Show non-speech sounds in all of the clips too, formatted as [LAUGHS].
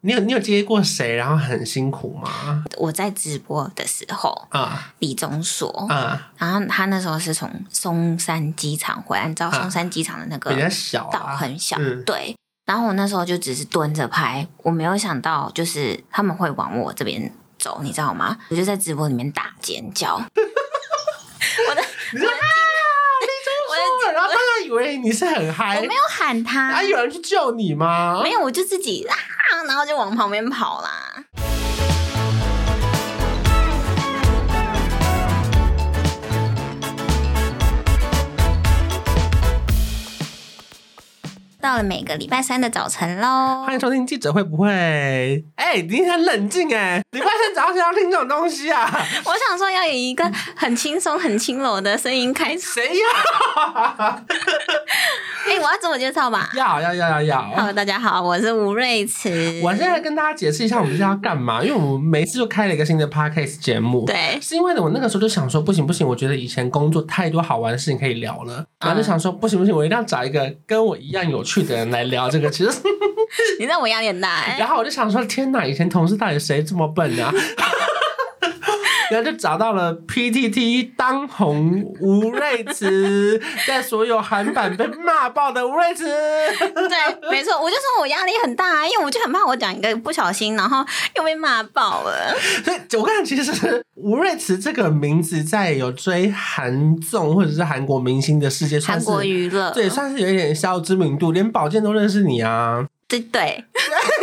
你有你有接过谁然后很辛苦吗？我在直播的时候，啊李宗硕，啊，然后他那时候是从松山机场回来，你知道啊松山机场的那个比较小岛啊，很小，嗯对。然后我那时候就只是蹲着拍，我没有想到就是他们会往我这边走，你知道吗？我就在直播里面大尖 [LAUGHS] 叫，我的你说啊，李宗硕，然后大家以为你是很我嗨，没有喊他，啊，有人去救你吗？没有，我就自己啊，然后就往旁边跑啦。到了每个礼拜三的早晨喽欢，迎收听记者会不会？哎、你很冷静哎、礼拜三早上谁要听这种东西啊？ [LAUGHS] 我想说要以一个很轻松、很轻柔的声音开场。谁要？ [LAUGHS] 哎、我要自我介绍吧。要要要要要！ Hello，大家好，我是吴瑞慈。我现在跟大家解释一下我们是要干嘛，因为我们每一次就开了一个新的 podcast 节目。。 [LAUGHS] 对，是因为呢，我那个时候就想说，不行不行，我觉得以前工作太多好玩的事情可以聊了，然后就想说，不行不行，我一定要找一个跟我一样有趣的人来聊这个。其实，你知道我压力很大、哎然后我就想说，天哪，以前同事到底谁这么笨啊？ [LAUGHS] 然后就找到了 PTT 当红吴瑞慈，在所有韩版被骂爆的吴瑞慈， [LAUGHS] 对，没错，我就说我压力很大，因为我就很怕我讲一个不小心，然后又被骂爆了。所以我看其实吴瑞慈这个名字在有追韩综或者是韩国明星的世界算韩是国娱乐，对，算是有一点小知名度，连宝剑都认识你啊！对 [LAUGHS] 对，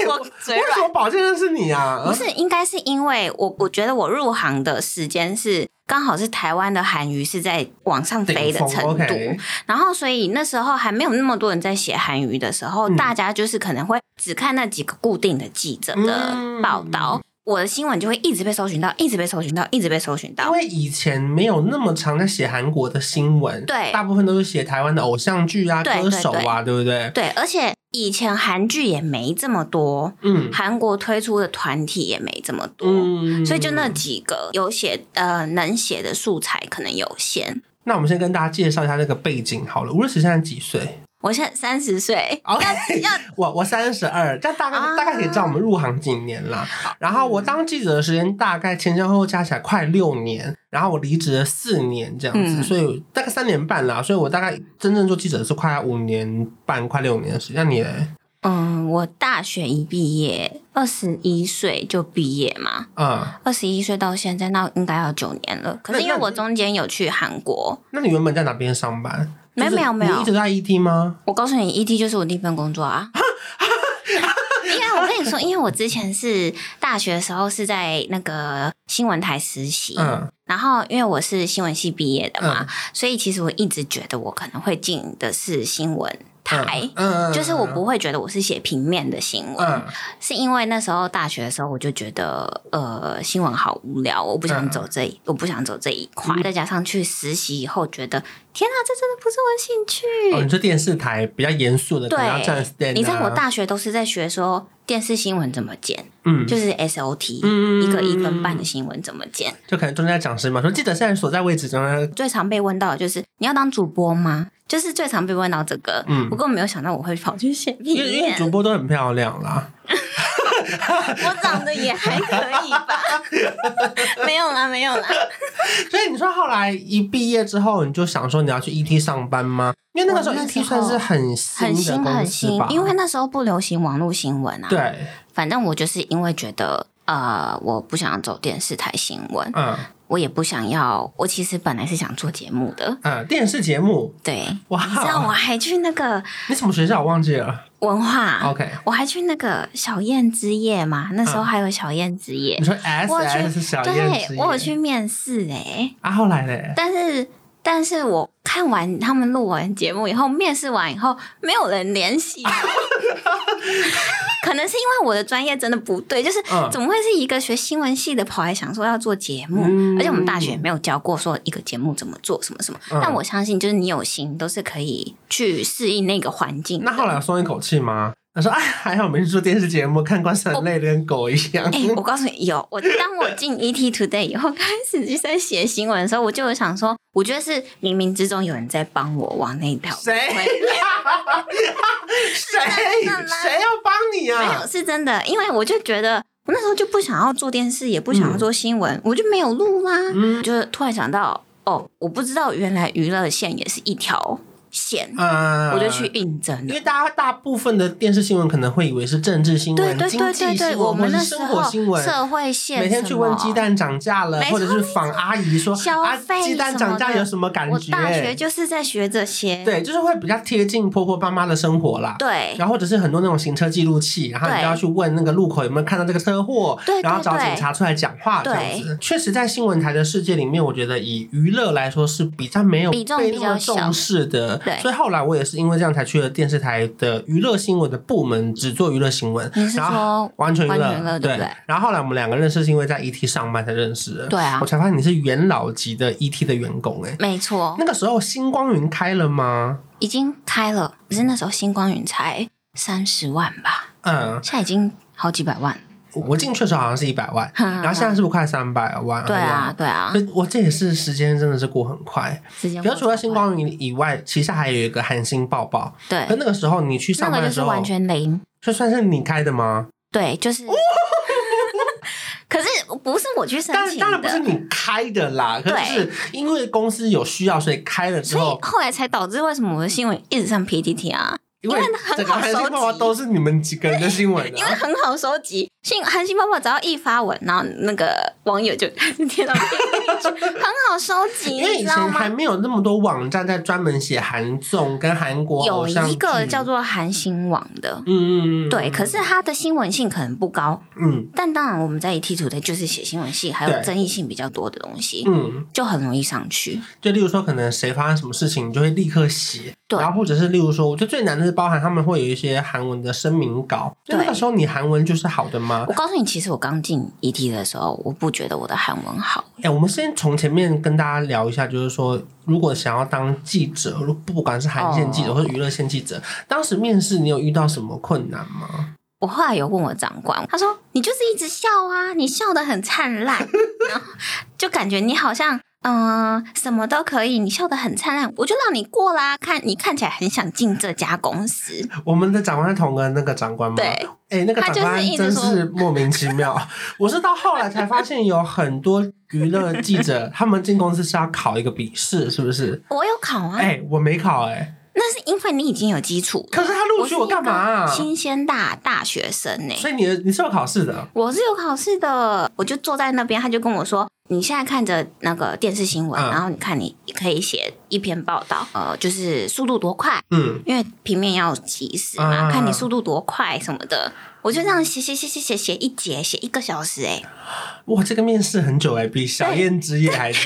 我嘴为什软。嗯么宝剑认识你啊？不是，应该是因为我我觉得我入行的时间是刚好是台湾的韩语是在往上飞顶的峰程度， ，OK，然后所以那时候还没有那么多人在写韩语的时候，嗯大家就是可能会只看那几个固定的记者的报道，我的新闻就会一直被搜寻到，一直被搜寻到，一直被搜寻因到。为以前没有那么常在写韩国的新闻，对大部分都是写台湾的偶像剧啊、对歌手啊，对不对？对，而且以前韩剧也没这么多，嗯韩国推出的团体也没这么多，嗯，所以就那几个有写呃能写的素材可能有限。那我们先跟大家介绍一下这个背景好了。吴瑞慈现在几岁我现在三十岁， ？OK， [LAUGHS] 要我我三十二，这样大概、啊嗯大概可以知道我们入行几年啦。然后我当记者的时间大概前前后后加起来快六年，然后我离职了四年这样子，嗯所以大概三年半啦。所以我大概真正做记者是快五年半、快六年的时间。那你嘞嗯，我大学一毕业，二十一岁就毕业嘛，嗯，二十一岁到现在，那应该要九年了。可那是因为那我中间有去韩国，那你原本在哪边上班？没有就是没有没有你一直在 ET 吗？我告诉你，ET 就是我第一份工 [LAUGHS] 作啊。因为我跟你说，因为我之前是大学的时候是在那个新闻台实习，嗯然后因为我是新闻系毕业的嘛，嗯所以其实我一直觉得我可能会进的是新闻台嗯，，嗯就是我不会觉得我是写平面的新闻，嗯是因为那时候大学的时候我就觉得呃新闻好无聊，我不想嗯走这一，我不想走这一块，再加上去实习以后觉得天啊，这真的不是我的兴趣。哦，你说电视台比较严肃的，可能要站 stand 啊。对，你知道我大学都是在学说电视新闻怎么剪，嗯，就是 SOT、嗯一个一分半的新闻怎么剪。就可能中间在讲什么，说记者现在所在位置中呢，最常被问到的就是你要当主播吗？就是最常被问到这个，嗯我根本没有想到我会跑去写平因为因为面，主播都很漂亮啦。我长得也还可 [LAUGHS] 以吧，没有啦，没有啦，所以你说后来一毕业之后，你就想说你要去 ET 上班吗？因为那个时候我那时 ET 候算是很新很的新公很司新吧，，因为那时候不流行网络新闻啊，，对，反正我就是因为觉得呃，我不想走电视台新闻，嗯我也不想要，我其实本来是想做节目的，嗯，电视节目，对，哇，你知道我还去那个你什么学校我忘记了文化？OK，我还去那个小燕之夜嘛，那时候还有小燕之夜你，说我有 SS 去，是小燕之对夜，我有去面试哎、啊，后来嘞，但是但是我看完他们录完节目以后，面试完以后没有人 [LAUGHS] 联系我。可能是因为我的专业真的不对，就是嗯怎么会是一个学新闻系的跑来想说要做节目，嗯而且我们大学也没有教过说一个节目怎么做什么什么。嗯但我相信，就是你有心都是可以去适应那个环境的。那后来有松一口气吗？他说：“哎，还好我们是做电视节目，看观赏类的跟狗一 [LAUGHS] 样。哎、我告诉你，有我当我进 ET Today 以后，开始就在写新闻的时候，我就有想说，我觉得是冥冥之中有人在帮我往那一条路谁推谁真的啦谁要帮你没啊有？是真的，因为我就觉得我那时候就不想要做电视，也不想要做新闻，我就没有路啦。嗯就突然想到，哦，我不知道原来娱乐线也是一条线，啊我就去，应征因了。为大家大部分的电视新闻可能会以为是政治新对闻、对对经济对对，新我闻或们者那是时生活候新闻，社会线每天去问鸡什么蛋涨价了没，错或者是访阿姨说消啊，费鸡蛋涨价有什么感我觉？大学就是在学这些，对，就是会比较贴近婆婆妈妈的生活啦。对然后或者是很多那种行车记录器，然后你对就要去问那个路口有没有看到这个车祸，对对然后找对警察出来讲话这样对子。确实，在新闻台的世界里面，我觉得以娱乐来说是比较没有比重被比那较么重小视的。对所以后来我也是因为这样才去了电视台的娱乐新闻的部门，只做娱乐新闻。你是然后说完全娱完乐？全娱乐对不对然后后来我们两个认识是因为在 ET 上班才认识的。对啊我才发现你是元老级的 ET 的员工哎、没错，那个时候星光云开了吗？已经开了，可是那时候星光云才三十万吧，嗯，现在已经好几百万。我进去的时候好像是一百万，哈哈哈然后现在是不是快三百万？对啊，，对啊所，以我这也是时间真的是过很快。时间可是过得除了很星快，光云以外，其实还有一个韩星抱抱。对可，那个时候你去那上班个的时就是候，完全零，就算是你开的吗？对，就是。哦 [LAUGHS] 可是不是我去申当然请当然不是的，你开的啦，可是因为公司有需要，所以开了之所后以，后来才导致为什么我的新闻一直上 PTT 啊，因为因为很整个好韩星收抱抱集都是你们几个人的新闻因为啊。很好收集。新韩星包包只要一发文，然后那个网友就开始贴到 PTT 去， [LAUGHS] 很好收集，因为你以知道前还吗？没有那么多网站在专门写韩综跟韩国有偶像一个剧叫做韩星网的，嗯嗯嗯，嗯对，可是它的新闻性可能不高，嗯但当然我们在一剔除的就是写新闻系，还有对争议性比较多的东西，嗯，就很容易上去。就例如说，可能谁发生什么事情，你就会立刻写。对然后或者是例如说，我觉得最难的是包含他们会有一些韩文的声明稿。就那对个时候你韩文就是好的吗我？告诉你，其实我刚进 ET 的时候，我不觉得我的韩文好。哎、我们先从前面跟大家聊一下，就是说，如果想要当记者，如不管是韩线记者哦或者娱乐线记者，当时面试你有遇到什么困难吗？我后来有问我长官，他说：“你就是一直笑啊，你笑得很灿烂，然后就感觉你好像嗯、什么都可以，你笑得很灿烂，我就让你过啦。看你看起来很想进这家公司，我们的长官是同个那个长官吗？对，哎、那个长他就是官一直真说是莫名其 [LAUGHS] 妙。我是到后来才发现，有很多娱乐记者，他们进公司是要考一个笔试，是不是？我有考啊。哎、我没考哎、那是因为你已经有基础了。可是他录取我干嘛啊我是一个新鲜大大学生呢、欸所以你的你是有考试的，我是有考试的，我就坐在那边，他就跟我说：“你现在看着那个电视新闻，嗯然后你看你可以写一篇报道，呃，就是速度多快，嗯，因为平面要及时嘛，嗯看你速度多快什么的。”我就这样写写写写写写一节，写一个小时、欸，哇，这个面试很久哎、比小燕之夜还久。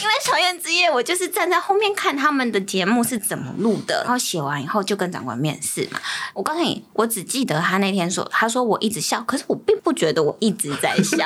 因为小燕之夜，我就是站在后面看他们的节目是怎么录的，然后写完以后就跟长官面试嘛。我告诉你，我只记得他那天说，他说我一直笑，可是我并不觉得我一直在笑，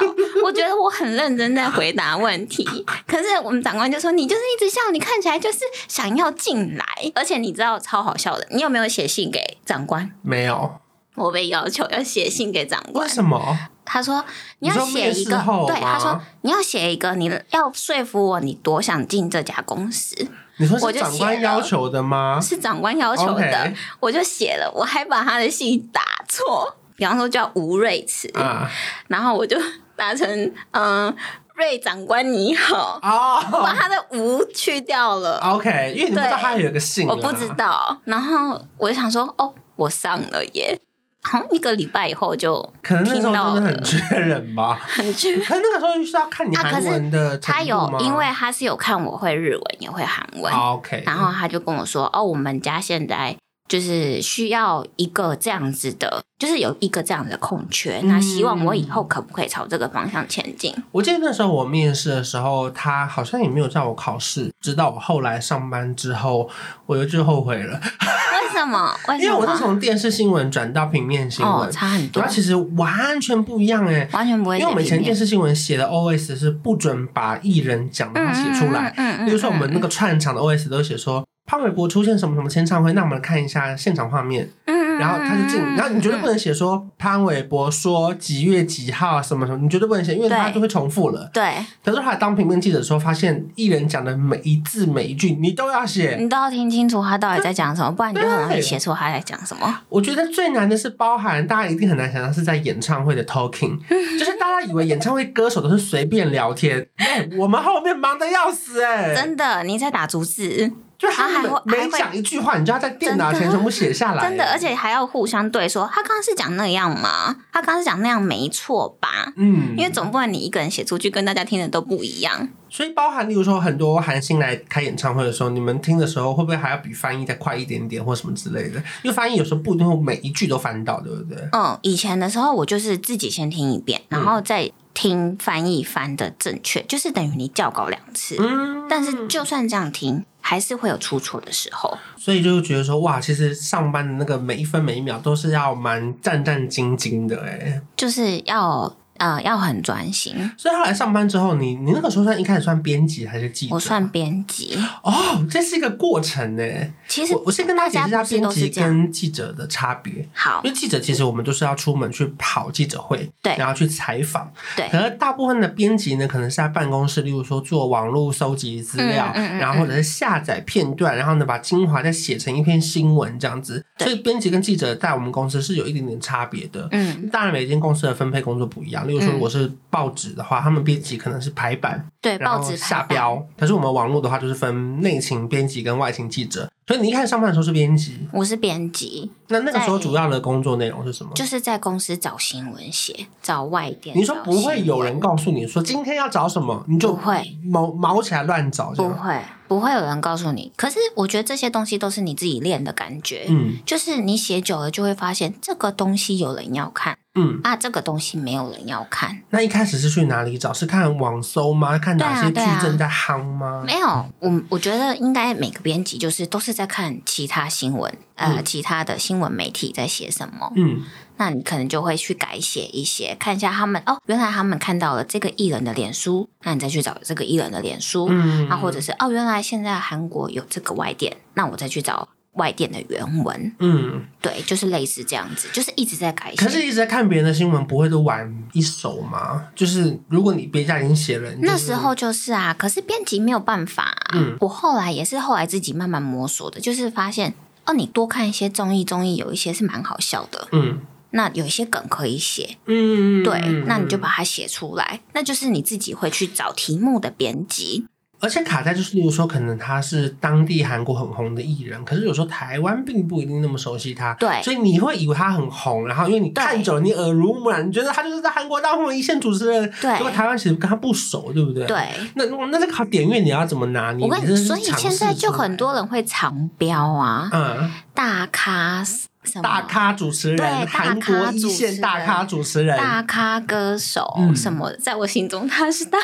我觉得我很认真在回答问题。可是我们长官就说你就是一直笑，你看起来就是想要进来，而且你知道超好笑的，你有没有写信给长官？ [LAUGHS] 没有，我被要求要写信给长官为，什么？他说你要你说写一个面试后，对，吗他说你要写一个，你要说服我你多想进这家公司，你说我是就长官写了要求的吗？是长官要求的啊 OK 我就写了，我还把他的信打错，比方说叫吴瑞慈，啊，然后我就打成嗯瑞长官你好， [LAUGHS] 哦把他的吴去掉了。啊，OK，因为你不知道他有一个啊姓啦，我不知道。然后我就想说，哦，我上了耶！好像一个礼拜以后就可能那时听候到真的了很缺人吧。很 [LAUGHS] 去。可是那个时候是要看你啊可韩是文的程他度吗有，因为他是有看我会日文，也会韩文，啊 OK，然后他就跟我说，哦，我们家现在。就是需要一个这样子的，就是有一个这样的空缺。那希望我以嗯后可不可以朝这个方向前进？我记得那时候我面试的时候，他好像也没有叫我考试，直到我后来上班之后，我就就后悔了，为什么？为因什为我是么？从电视新闻转到平面新哦，闻，差很主多要，其实完全不一样哎、完全不会因写为我们以前平电面。视新闻写的 OS 是不准把艺人讲的话写出来，嗯嗯嗯嗯嗯嗯嗯比如说我们那个串场的 OS 都写说。潘玮柏出现什么什么签唱会，那我们看一下现场画面。嗯，然后他就进，然后你绝对不能写说潘玮柏说几月几号什么什么，你绝对不能写，因为他对就会重复了。对可是后来当平面记者的时候，发现艺人讲的每一字每一句你都要写。你都要听清楚他到底在讲什么，不然你就很容易写错他在讲什么。我觉得最难的是包含大家一定很难想象是在演唱会的 [LAUGHS] talking，就是大家以为演唱会歌手都是随便聊 [LAUGHS] 天，哎，我们后面忙的要死哎、真的，你在打逐字，就他们然后还会每讲一句话，你就要在电脑前真的全部写下来，真的，而且还要互相对说，他刚刚是讲那样吗？他刚刚是讲那样没错吧？嗯，因为总不能你一个人写出去，跟大家听的都不一样。所以包含，例如说很多韩星来开演唱会的时候，你们听的时候会不会还要比翻译再快一点点，或什么之类的？因为翻译有时候不一定会每一句都翻到，对不对？嗯，以前的时候我就是自己先听一遍，嗯然后再听翻译翻的正确，就是等于你校稿两次。嗯，但是就算这样听，还是会有出错的时候。所以就觉得说，哇，其实上班的那个每一分每一秒都是要蛮战战兢兢的哎、就是要呃要很专心。所以后来上班之后，你你那个时候算一开始算编辑还是记者？我算编辑，哦，这是一个过程呢、其实我我先跟大家解释一大下家不是编都辑是这样。跟记者的差别。好因，为记者其实我们就是要出门去跑记者会，对然后去采访，对可是大部分的编辑呢，可能是在办公室，例如说做网络收集资料，嗯嗯嗯嗯然后或者是下载片段，然后呢把精华再写成一篇新闻这样子。对所以编辑跟记者在我们公司是有一点点差别的。嗯，当然，每间公司的分配工作不一样。例如说，嗯如果是报纸的话，他们编辑可能是排版，对，然报后纸下排版，标。可是我们网络的话，就是分内勤编辑跟外勤记者。所以你一开始上班的时候是编辑，我是编辑，那那个时候在主要的工作内容是什么？就是在公司找新闻写，找外电。你说找不会新有闻人告诉你说今天要找什么，你就不会毛毛起来乱找这不样。会，不会有人告诉你。可是我觉得这些东西都是你自己练的感觉。嗯就是你写久了就会发现，这个东西有人要看嗯，啊，这个东西没有人要看。那一开始是去哪里找？是看网搜吗？看哪些剧对啊对啊正在夯吗？没有，我我觉得应该每个编辑就是都是在看其他新闻，呃，嗯其他的新闻媒体在写什么，嗯，那你可能就会去改写一些，看一下他们哦，原来他们看到了这个艺人的脸书，那你再去找这个艺人的脸书，嗯啊，或者是哦，原来现在韩国有这个外电，那我再去找外电的原文，嗯，对，就是类似这样子，就是一直在改写。可是一直在看别人的新闻，不会都玩一手吗？就是如果你别家已经写了，你就是那时候就是啊，可是编辑没有办法、啊嗯我后来也是后来自己慢慢摸索的，就是发现哦，你多看一些综艺，综艺有一些是蛮好笑的，嗯那有一些梗可以写，嗯，对，嗯那你就把。它写出来，那就是你自己会去找题目的编辑，而且卡在就是，例如说，可能他是当地韩国很红的艺人，可是有时候台湾并不一定那么熟悉他，对所以你会以为他很红，然后因为你看久了，你耳濡目染，你觉得他就是在韩国当红的一线主持人，对结果台湾其实跟他不熟，对不对？。对。那那这个考点阅你要怎么拿捏？我跟你你，是所以尝试现在就出来很多人会长标啊，嗯，大咖什么大咖主持对人，大咖韩国一线大咖主持人，大咖歌手嗯什么的，在我心中他是大。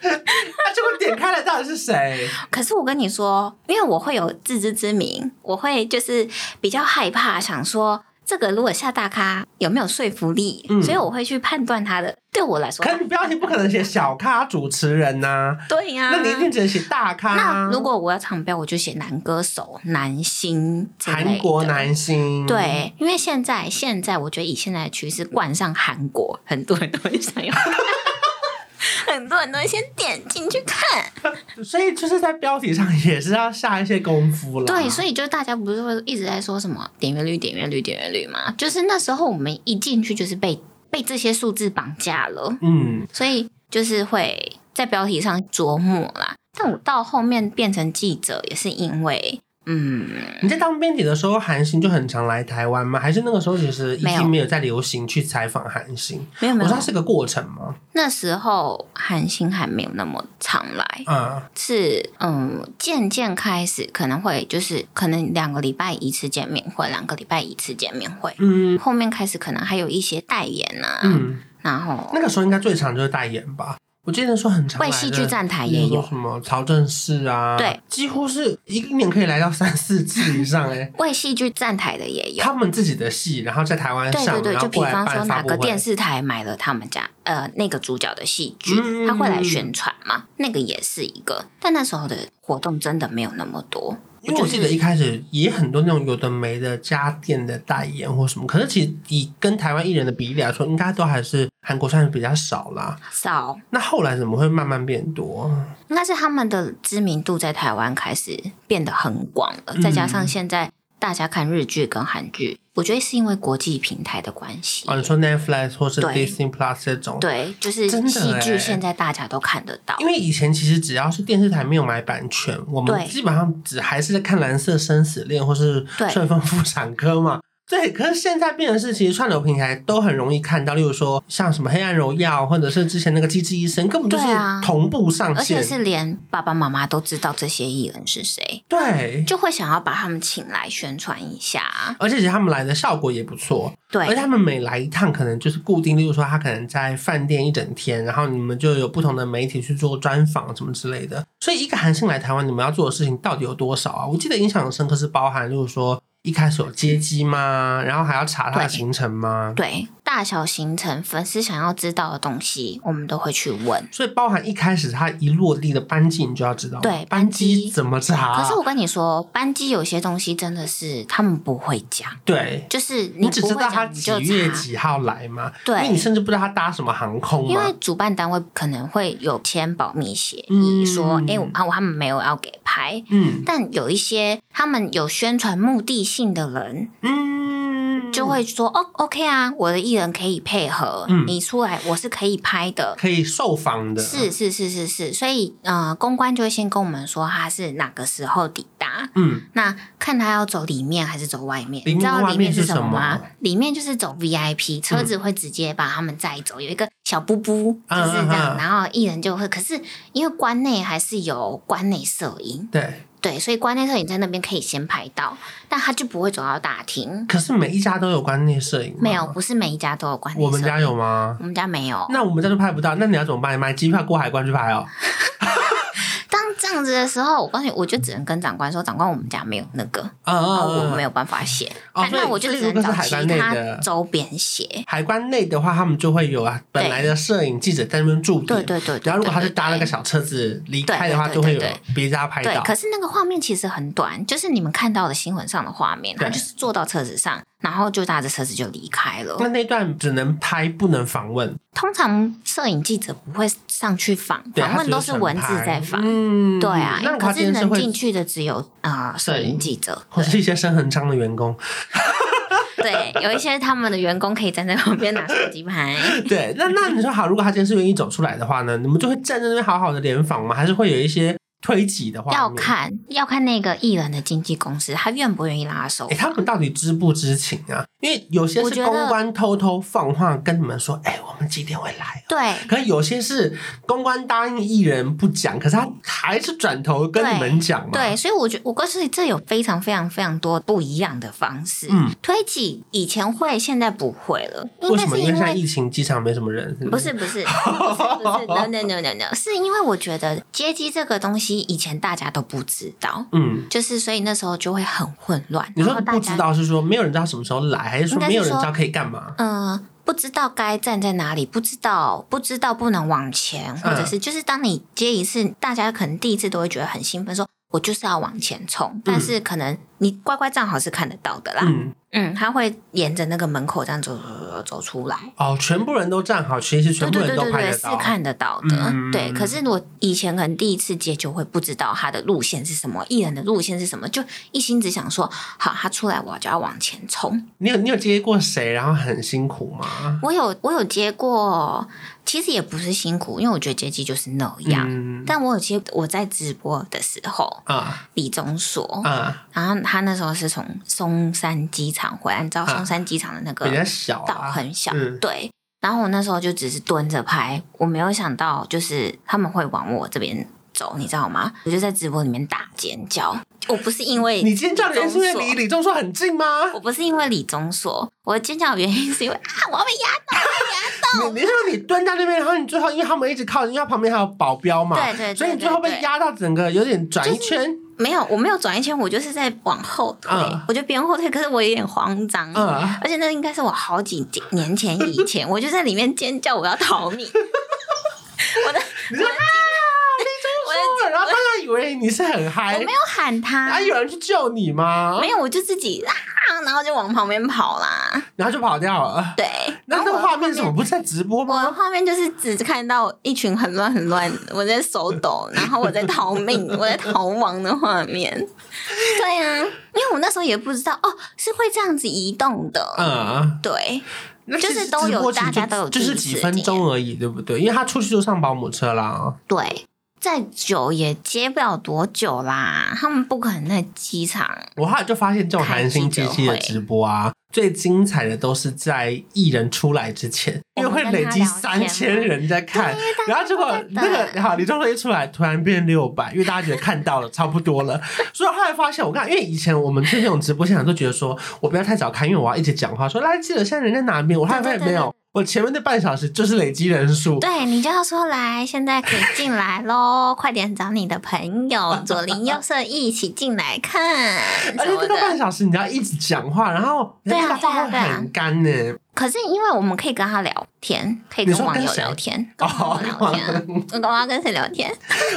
那结果点开了到底是 [LAUGHS] 谁？可是我跟你说，因为我会有自知之明，我会就是比较害怕，想说这个如果下大咖有没有说服力，嗯所以我会去判断他的。对我来说可，是你标题不可能写小咖主持人呐、对呀、那你一定只能写大咖、啊那如果我要唱标，我就写男歌手、男星之类的韩国。男星，，对，因为现在现在我觉得以现在的趋势，冠上韩国，很多人都会想要 [LAUGHS] 看，很多人都会先点进去看。所以就是在标题上也是要下一些功夫了。对，所以就大家不是会一直在说什么点阅率、点阅率、点阅率嘛？就是那时候我们一进去就是被被这些数字绑架了，嗯，所以就是会在标题上琢磨啦。但我到后面变成记者，也是因为嗯，你在当编辑的时候，韩星就很常来台湾吗？还是那个时候其实已没有经没有在流行去采访韩星？没有我没有说它，是个过程吗？那时候韩星还没有那么常来，啊，是嗯，渐渐开始可能会就是可能两个礼拜一次见面会，两个礼拜一次见面会。嗯后面开始可能还有一些代言啊，嗯，然后那个时候应该最常就是代言吧。我记得说很常来为的戏剧站台啊也例如有说，什么曹正奭啊，对，几乎是一个年可以来到三四次以上哎、为戏剧站台的也 [LAUGHS] 有。他们自己的戏，然后在台湾对上，对对，然就后比过来方说办发哪布个会。电视台买了他们家呃那个主角的戏剧嗯，他会来宣传嘛，那个也是一个。但那时候的活动真的没有那么多，因为我记得一开始也很多那种有的没的家电的代言或什么，可是其实以跟台湾艺人的比例来说，应该都还是韩国算是比较少啦。少，那后来怎么会慢慢变多？应该是他们的知名度在台湾开始变得很广了，再加嗯上现在大家看日剧跟韩剧，我觉得是因为国际平台的关系。哦，你说 Netflix 或是对 Disney Plus 这种，对，就是真的戏剧欸现在大家都看得到因，为以前其实只要是电视台没有买版权，我们对基本上只还是在看《蓝色生死恋》或是对《顺风妇产科》嘛。对，可是现在变成是，其实串流平台都很容易看到，例如说像什么《黑暗荣耀》，或者是之前那个《机智医生》，根本就是对啊同步上而线且。是连爸爸妈妈都知道这些艺人是谁，对，就会想要把他们请来宣传一下。而且其实他们来的效果也不错，而且对他们每来一趟，可能就是固定，例如说他可能在饭店一整天，然后你们就有不同的媒体去做专访什么之类的。所以一个韩星来台湾，你们要做的事情到底有多少啊？我记得印象很深刻是包含，例如说一开始有接机吗？然后还要查他的对行程吗？对，大小行程粉丝想要知道的东西，我们都会去问。所以包含一开始他一落地的班机，你就要知道对班班机机怎么查。可是我跟你说，班机有些东西真的是他们不会讲，对。就是你你只不知会道他讲你几就月查。几号啊来吗？对因为你甚至不知道他搭什么航空嘛。因为主办单位可能会有签保密协议，嗯说，哎、我啊，我他们没有要给拍，嗯但有一些他们有宣传目的性的人，嗯，就会说、哦，OK 啊，我的艺人可以配合，嗯你出来我是可以拍的。可以受访的，啊是是是是是，所以呃，公关就会先跟我们说他是哪个时候抵达，嗯，那看他要走里面还是走外面。里面你知道外面里面是是什么什吗么？里面就是走 VIP，车子会直接把他们载走，有一个小布布就嗯是这嗯样，嗯然后艺人就会，可是因为关内还是有关内摄影，对。对，所以关内摄影在那边可以先拍到，但他就不会走到大厅。可是每一家都有观念摄影吗没有，，不是每一家都有关内摄嗯我影。们家有吗？我们家没有。那我们家就拍不到，那你要怎么办？买机票过海关去拍哦。当这样子的时候，我告诉你，我就只能跟长官说，长官，我们家没有那个，啊啊然后啊！哦我没有。有办法写，哦那所以那我就所以只如果能找是海其关内他的周边写。海关内的话，他们就会有啊，本对来的摄影记者在那边驻对点。对对对，然后如果他是对搭那个。对小车子离对开的对话，对就会有对别家拍对，到。可是那个画面其实很短，就是你们看到的新闻上的画面，对他就是坐到车子上，然后就搭着车子就离开了。那那段只能拍，不能访问。通常摄影记者不会上去访，对，访他问只都有是纯文字拍在访。嗯，对啊，那可他今是天是能会进，去的只有呃摄摄影影记者，或是一些深痕章的员工。对，有一些他们的员工可以站在旁边拿手机 [LAUGHS] 拍。对，那那你说好，如果他今天是愿意走出来的话呢，你们就会站在那边好好的联访吗？还是会有一些推挤的话？要。看要看那个艺人的经纪公司，他愿不愿意拉手哎、。他们到底知不知情啊？因为有些我是觉得公关偷偷放话跟你们说，哎、我们几点会来、啊？对可有些是公关答应艺人不讲，可是他还是转头跟你们讲嘛。对，所以我觉我告诉你，这有非常非常非常多不一样的方式。嗯，推挤以前会，现在不会了，应为该什么？是因为因现在为。疫情，机场没什么人，是不不是？是不 [LAUGHS] 是不是不是 no no no no no，是因为我觉得接机这个东西以前大家都不知道，嗯，就是所以那时候就会很混乱。你然说后不大知家道是说没有人知道什么时候来，还是说应该是没有人说知道可以干嘛？嗯，不知道该站在哪里，不知道不知道不能往前，嗯或者是就是当你接一次，大家可能第一次都会觉得很兴奋，说我就是要往前冲，但是可能你乖乖站好是看得到的啦。嗯嗯，他会沿着那个门口这样走走走走走出来，哦，全部人都站好，其实对全部对人对都对拍对，得是到。看得到的。嗯对，可是我以前可能第一次接就会不知道他的路线是什么，艺人的路线是什么，就一心只想说，好，他出来我就要往前冲。你有你有接过谁，然后很辛苦吗？我有我有接过，其实也不是辛苦，因为我觉得接机就是那样。嗯但我有接我在直播的时候，啊李钟硕，啊，然后他那时候是从松山机场回来，你知道啊松山机场的那个比较小岛啊，很小，嗯对。然后我那时候就只是蹲着拍，我没有想到就是他们会往我这边走，你知道吗？我就在直播里面大尖叫，我不是因为你今天叫人是因为钟离硕李钟硕很近吗？我不是因为李钟硕，我尖叫的原因是因为啊，我要被压你你是说你蹲在那边，然后你最后因为他们一直靠近，因为旁边还有保镖嘛，对对对所以你最后对被对压到整个有点转一圈，没有，我没有转一圈，我就是在往后退，嗯我就边后退，可是我有点慌张。嗯，而且那应该是我好几年前以前，我就在里面尖 [LAUGHS] 叫，我要逃命。我的你说啊，李钟硕，然后大家以以为你是很嗨我没，有喊他，啊，有人去救你吗？没有，我就自己啊，然后就往旁边跑啦。然后就跑掉了。对，那然后那我画面怎么不是在直播我的吗？画面就是只看到一群很乱很乱，我在手抖，然后我在逃命，我在逃亡的画面。对啊，因为我那时候也不知道哦，是会这样子移动的。嗯，对，那就是其实都直有播其实大家就都有就自是己几的分经钟而已，对不对？因为他出去就上保姆车啦。对，再久也接不了多久啦，他们不可能在机场。我后来就发现，这种寒心机器的直播啊，最精彩的都是在艺人出来之前，因为会累积三千人在看，然后结果那个好李钟硕一出来，突然变六百，因为大家觉得看到了差不多了，所以后来发现，我看，因为以前我们去那种直播现场都觉得说，我不要太早看，因为我要一直讲话，说来记得现在人在哪边，我后来发现对对对没有，我前面那半小时就是累积人数，对你就要说来，现在可以进来喽，快点找你的朋友，左邻右舍一起进来 [LAUGHS] 看而什且么这个半的。小时你要一直讲话，然后人家的话会对啊对啊对啊很干呢、可是因为我们可以跟他聊天，可以跟你说网友跟谁聊天，哦跟网友聊天， [LAUGHS] 我干嘛跟谁聊天？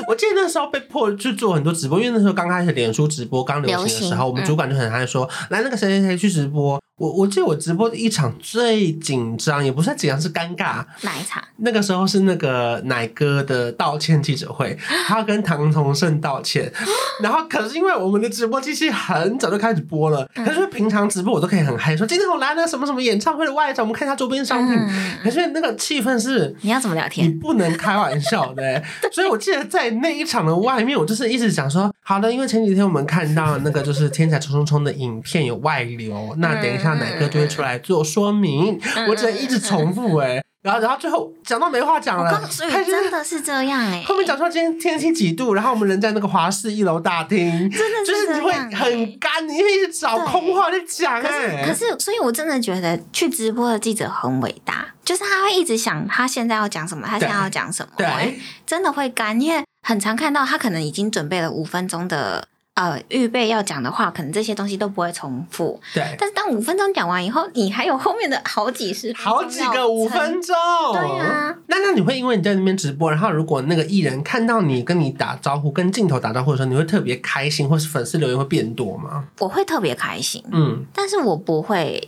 我记得那时候被迫去做很多直播，因为那时候刚开始脸书直播刚流行的时流候，行嗯我们主管就很爱说：“来，那个谁谁谁去直播。”我我记得我直播的一场最紧张，也不是紧张，是尴尬。奶茶，那个时候是那个奶哥的道歉记者会，他要跟唐崇盛道歉。然后可是因为我们的直播机器很早就开始播了，可是平常直播我都可以很嗨，说今天我来了什么什么演唱会的外场，我们看一下周边商品。嗯，可是那个气氛是你要怎么聊你天？不能开玩笑的欸、所以我记得在那一场的外面，我就是一直讲说，好的，因为前几天我们看到那个就是《天才冲冲冲》的影片有外流，那等一下奶哥就会出来做说明，我只能一直重复哎、然后然后最后讲到没话讲我了告，诉你，他就真是的是这样哎、后面讲说今天天气几度，然后我们人在那个华氏一楼大厅，真的就是是这你会样、欸，很干，你会一直找空话在讲可是，哎、可是，所以我真的觉得去直播的记者很伟大，就是他会一直想他现在要讲什么，他现在要讲什么，哎对，真的会干，因为很常看到他可能已经准备了五分钟的呃预备要讲的话，可能这些东西都不会重复，对，但是当五分钟讲完以后，你还有后面的好几十分钟好几个五要撑分钟。对啊，那那你会因为你在那边直播，然后如果那个艺人看到你跟你打招呼、跟镜头打招呼的时候，你会特别开心，或是粉丝留言会变多吗？我会特别开心，嗯，但是我不会，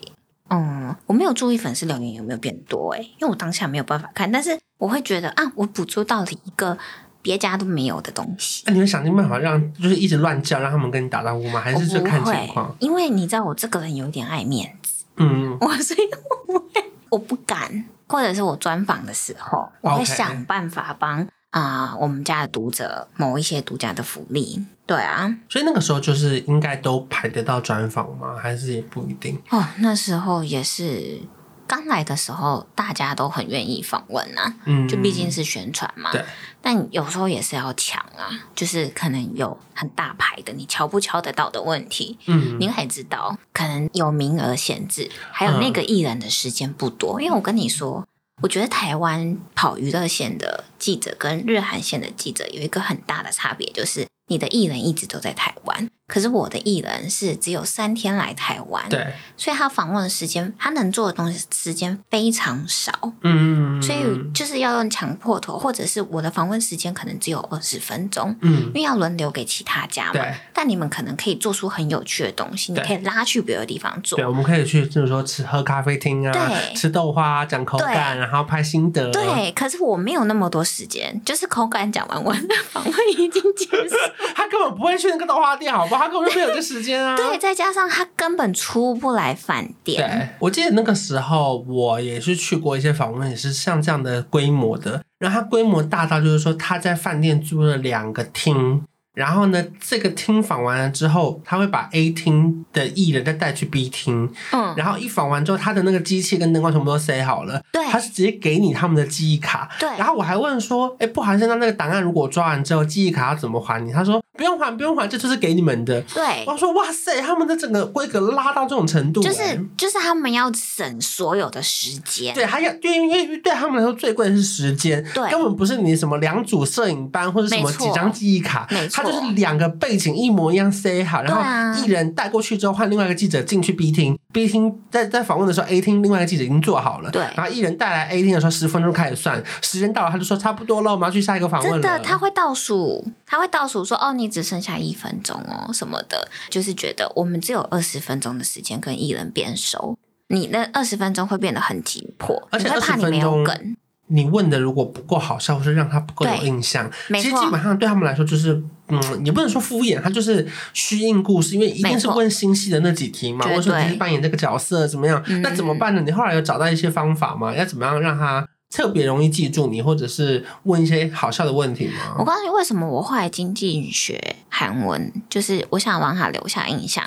嗯，我没有注意粉丝留言有没有变多哎、欸，因为我当下没有办法看，但是我会觉得啊，我捕捉到了一个别家都没有的东西。那、啊你会想尽办法让就是一直乱叫，让他们跟你打招呼吗？还我是就哦不看情会况？，因为你知道我这个人有点爱面 [LAUGHS] 子，嗯，我所以我不会，我不敢，或者是我专访的时候，我会哦 OK 想办法帮啊、我们家的读者谋一些读者的福利。对啊，所以那个时候就是应该都排得到专访吗？还是也不一定？哦，那时候也是刚来的时候，大家都很愿意访问啊。嗯，就毕竟是宣传嘛。对。但有时候也是要抢啊，就是可能有很大牌的，你敲不敲得到的问题，嗯，你还知道可能有名额限制，还有嗯那个艺人的时间不多。因为我跟你说，我觉得台湾跑娱乐线的记者跟日韩线的记者有一个很大的差别，就是你的艺人一直都在台湾，可是我的艺人是只有三天来台湾，对，所以他访问的时间，他能做的东西时间非常少。嗯，所以就是要用强迫头，或者是我的访问时间可能只有二十分钟，嗯因，为要轮流给其他家嘛。对但你们可能可以做出很有趣的东西，你对可以拉去别的地方做对，。我们可以去就是说吃喝咖啡厅啊，对吃豆花、啊，讲口感，然后拍心得，对，可是我没有那么多时间，就是口感讲完，我的访问已经结 [LAUGHS] 束。他根本不会去那个豆花店，好不好？他根本就没有这时间啊。 [LAUGHS] 对，再加上他根本出不来饭店，对，我记得那个时候我也是去过一些访问，也是像这样的规模的。然后它规模大到就是说，他在饭店租了两个厅，然后呢，这个厅访完了之后，他会把 A 厅的艺人再带去 B 厅，嗯，然后一访完之后，他的那个机器跟灯光全部都塞好了，对他是直接给你他们的记忆卡。对然后我还问说，哎，不好意思，那那个档案如果抓完之后，记忆卡要怎么还你？他说不用还，不用还，这就是给你们的。对，我说哇塞，他们的整个规格拉到这种程度、哎就是诶就是他们要省所有的时间，对，还有对，因为对他们来说最贵的是时间，对根本不是你什么两组摄影班或者什么没错几张记忆卡没，它错就是两个背景一模一样塞好，对啊然后艺人带过去之后换另外一个记者进去 B 厅， B 厅在在访问的时候，A 厅另外一个记者已经做好了，对然后艺人带来 A 厅的时候，十分钟开始算，时间到了，他就说差不多了，我们要去下一个访问真了。的，他会倒数，他会倒数说：“哦，你只剩下一分钟哦，什么的。”就是觉得我们只有二十分钟的时间跟艺人变熟，你那二十分钟会变得很急迫，而且你会怕你没有20分钟嗯梗。你问的如果不够好笑，或是让他不够有对印象，没其实错基本上对他们来说就是，嗯，也不能说敷衍，他就是虚应故事，因为一定没是错问新戏的那几题嘛，绝或者说你对是扮演这个角色怎么样，嗯那怎么办呢？你后来有找到一些方法吗？要怎么样让他特别容易记住你，或者是问一些好笑的问题吗？我告诉你，为什么我后来经济学韩文，就是我想往他留下印象。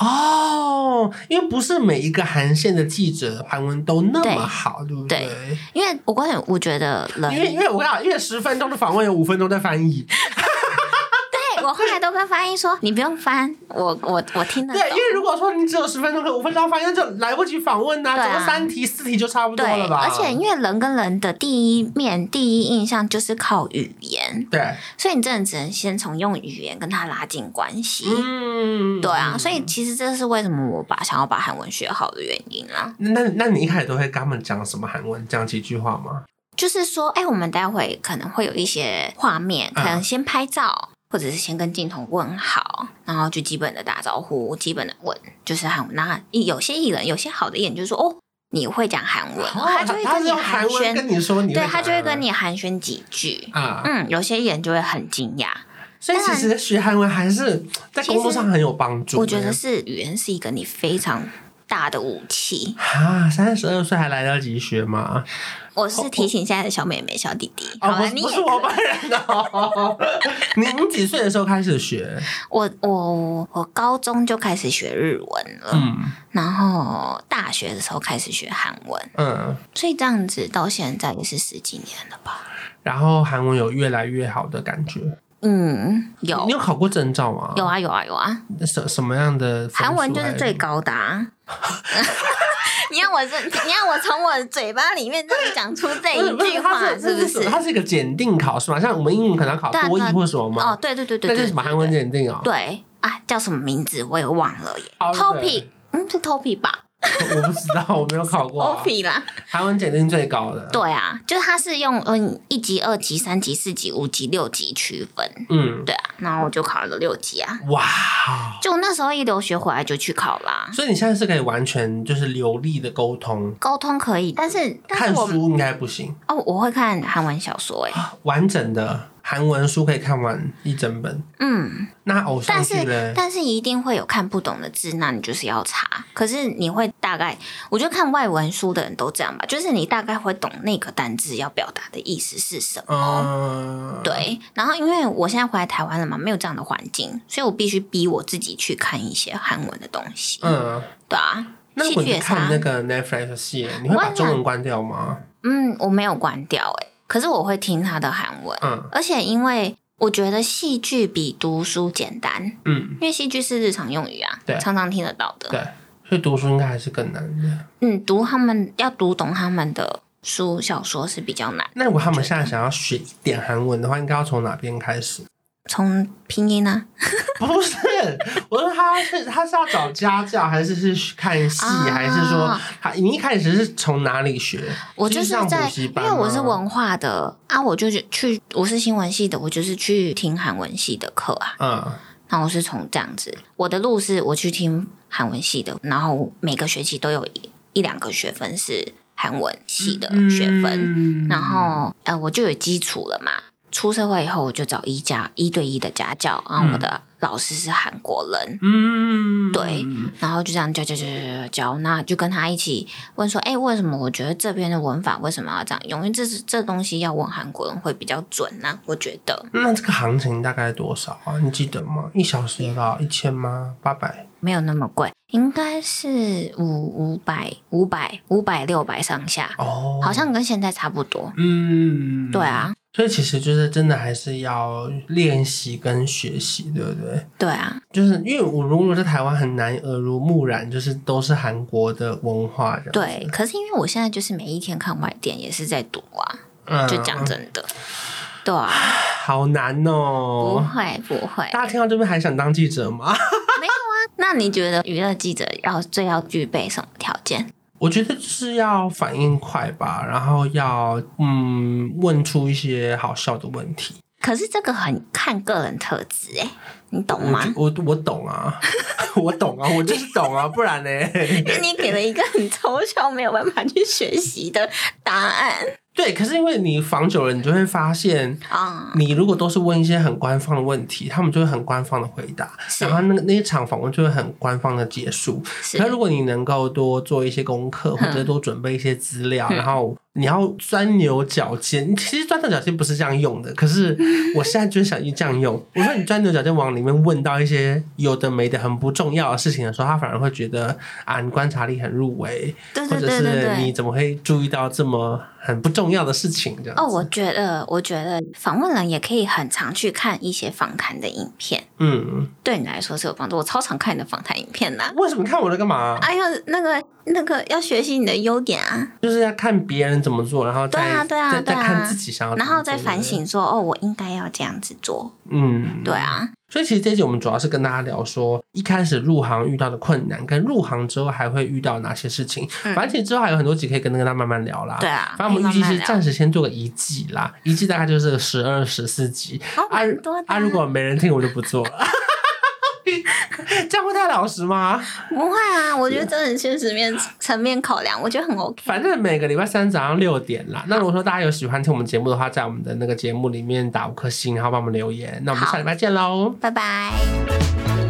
哦，因为不是每一个韩线的记者韩文都那对么好，对不对因为我告诉你，我觉得人，因为因为我跟你讲，因为十分钟的访问有五分钟在翻译，对我后来都跟翻译说，你不用翻，我我我听得懂对，因。为如果说你只有十分钟跟五分钟，反正就来不及访问呐、对啊总共三题四题就差不多对，了吧？而且因为人跟人的第一面、第一印象就是靠语言，对，所以你真的只能先从用语言跟他拉近关系。嗯，对啊，所以其实这是为什么我把想要把韩文学好的原因啊，那那你一开始都会跟他们讲什么韩文，讲几句话吗？就是说，哎、我们待会可能会有一些画面，可嗯能先拍照，或者是先跟镜头问好，然后就基本的打招呼，基本的问，就是韩文。那有些艺人，有些好的艺人就说，哦，你会讲韩文，哦他就会他跟是你用韩寒文跟暄，你说，你对他就会讲跟你寒暄几句。啊。嗯，有些艺人就会很惊讶，所以其实学韩文还是在工作上很有帮助。我觉得是语言是一个你非常大的武器。啊，三十二岁还来得及学吗？我是提醒现在的小妹妹、小弟弟，好哦，不了，是你不也是我本人 [LAUGHS] 哦。你你几岁的时候开始学？我我我高中就开始学日文了，嗯然后大学的时候开始学韩文，嗯，所以这样子到现在也是十几年了吧？然后韩文有越来越好的感觉。嗯，有你有考过证照吗？有啊有啊有啊，那什什么样的分数还？韩文就是最高 [LAUGHS] 的、啊。你要我这，你要我从我的嘴巴里面这样讲出这不是不一句是，它话，是是不这是？它是一个检定考试嘛，像我们英文可能要考对啊多对译啊或什么哦嘛，，对对对对那对，是什么韩文检定哦？对啊，叫什么名字我也忘了耶。好对 Topi，嗯，是 Topi 吧 [LAUGHS] 我不知道，我没有考过啊。 ？Topi 啦，韩文检定最高的，对啊，就是它是用嗯一级、二级、三级、四级、五级、六级区分，嗯，对啊，然后我就考了六级啊。哇哦，就那时候一留学回来就去考啦，所以你现在是可以完全就是流利的沟通，沟通可以，但是但看是我书应该不行， [GASPS] 哦，我会看韩文小说哎、完整的韩文书可以看完一整本。嗯，那偶像但剧是呢？但是一定会有看不懂的字，那你就是要查。可是你会大概，我觉得看外文书的人都这样吧，就是你大概会懂那个单字要表达的意思是什么。嗯，，对，然后因为我现在回来台湾了嘛，没有这样的环境，所以我必须逼我自己去看一些韩文的东西。，嗯。对啊，那如戏果剧你也是看啊那。个 Netflix 戏，你会把中文关掉吗？嗯，我没有关掉哎、可是我会听他的韩文，嗯而且因为我觉得戏剧比读书简单，嗯，因为戏剧是日常用语啊对，常常听得到的。对，所以读书应该还是更难的。嗯，读他们要读懂他们的书小说是比较难，那如果他们现在想要学一点韩文的话，应该要从哪边开始？ [LAUGHS] 从拼音啊呢、不是，我说他是他是要找家教，还是是看戏，啊还是说他你一开始是从哪里学？我就是是上补在，习因班为我是吗文化的啊，我就去去，我是新闻系的，我就是去听韩文系的课啊。嗯然后我是从这样子，我的路是我去听韩文系的，然后每个学期都有一一两个学分是韩文系的学分，嗯然后呃我就有基础了嘛。出社会以后，我就找一家一对一的家教，然后我的老师是韩国人，嗯对然后就这样教教教教教教，那就跟他一起问说，哎、为什么我觉得这边的文法为什么要这样用？因为这是这东西要问韩国人会比较准呐、啊我觉得那这个行情大概多少啊？你记得吗？一小时多少？一千吗？八百？没有那么贵，应该是五五百五百五百六百上下，哦，好像跟现在差不多。嗯，对。啊，所以其实就是真的还是要练习跟学习，对不对？对啊，就是因为我如果在台湾很难耳濡目染，就是都是韩国的文化这样子，对。啊可是因为我现在就是每一天看外电，也是在读啊，嗯就讲真的，对啊，好难不哦。会不会，大家听到这边还想当记者吗？ [LAUGHS] 那那你觉得娱乐记者要最要具备什么条件？我觉得就是要反应快吧，然后要嗯问出一些好笑的问题。可是这个很看个人特质哎、你懂吗？我我懂啊， [LAUGHS] 我懂啊，我就是懂啊，不然呢？你给了一个很抽象、没有办法去学习的答案 [LAUGHS] 对，可是因为你访久了，你就会发现，啊、你如果都是问一些很官方的问题，他们就会很官方的回答，是然后那个那一场访问就会很官方的结束。是那如果你能够多做一些功 [LAUGHS] 课，或者多准备一些资料， [LAUGHS] 然后你要钻牛角尖，其实钻牛角尖不是这样用的，可是我现在就想这样用。我说你钻牛角尖往里面问到一些有的没的很不重要的事情的时候，他反而会觉得啊，你观察力很入 [LAUGHS] 围，对或对者对对是你对。怎么会注意到这么很不重要的事情这样子？哦，我觉得，我觉得访问人也可以很常去看一些访谈的影片，嗯，对你来说是有帮助。我超常看你的访谈影片啦、为什么看我在干嘛？啊哎呀，那个那个要学习你的优点啊，就是要看别人怎么做，然后再对啊对啊再再对啊看自己想要怎然么做，后再反省说，哦，我应该要这样子对做。不对。嗯，对啊，所以其实这一集我们主要是跟大家聊说，一开始入行遇到的困难，跟入行之后还会遇到哪些事情。嗯反正其实之后还有很多集可以跟大家慢慢聊啦。对。啊。反正我们预计可以是慢慢聊暂时先做个一季啦，一季大概就是十二、十四集。哦，啊蛮多的啊，如果没人听我就不做了。 [LAUGHS] 这样会太老实吗？不会啊，我觉得真的很现实面层面考量，我觉得很 OK。啊反正每个礼拜三早上六点啦。那如果说大家有喜欢听我们节目的话，在我们的那个节目里面打五颗星，然后帮我们留言。那我们好下礼拜见喽。拜拜。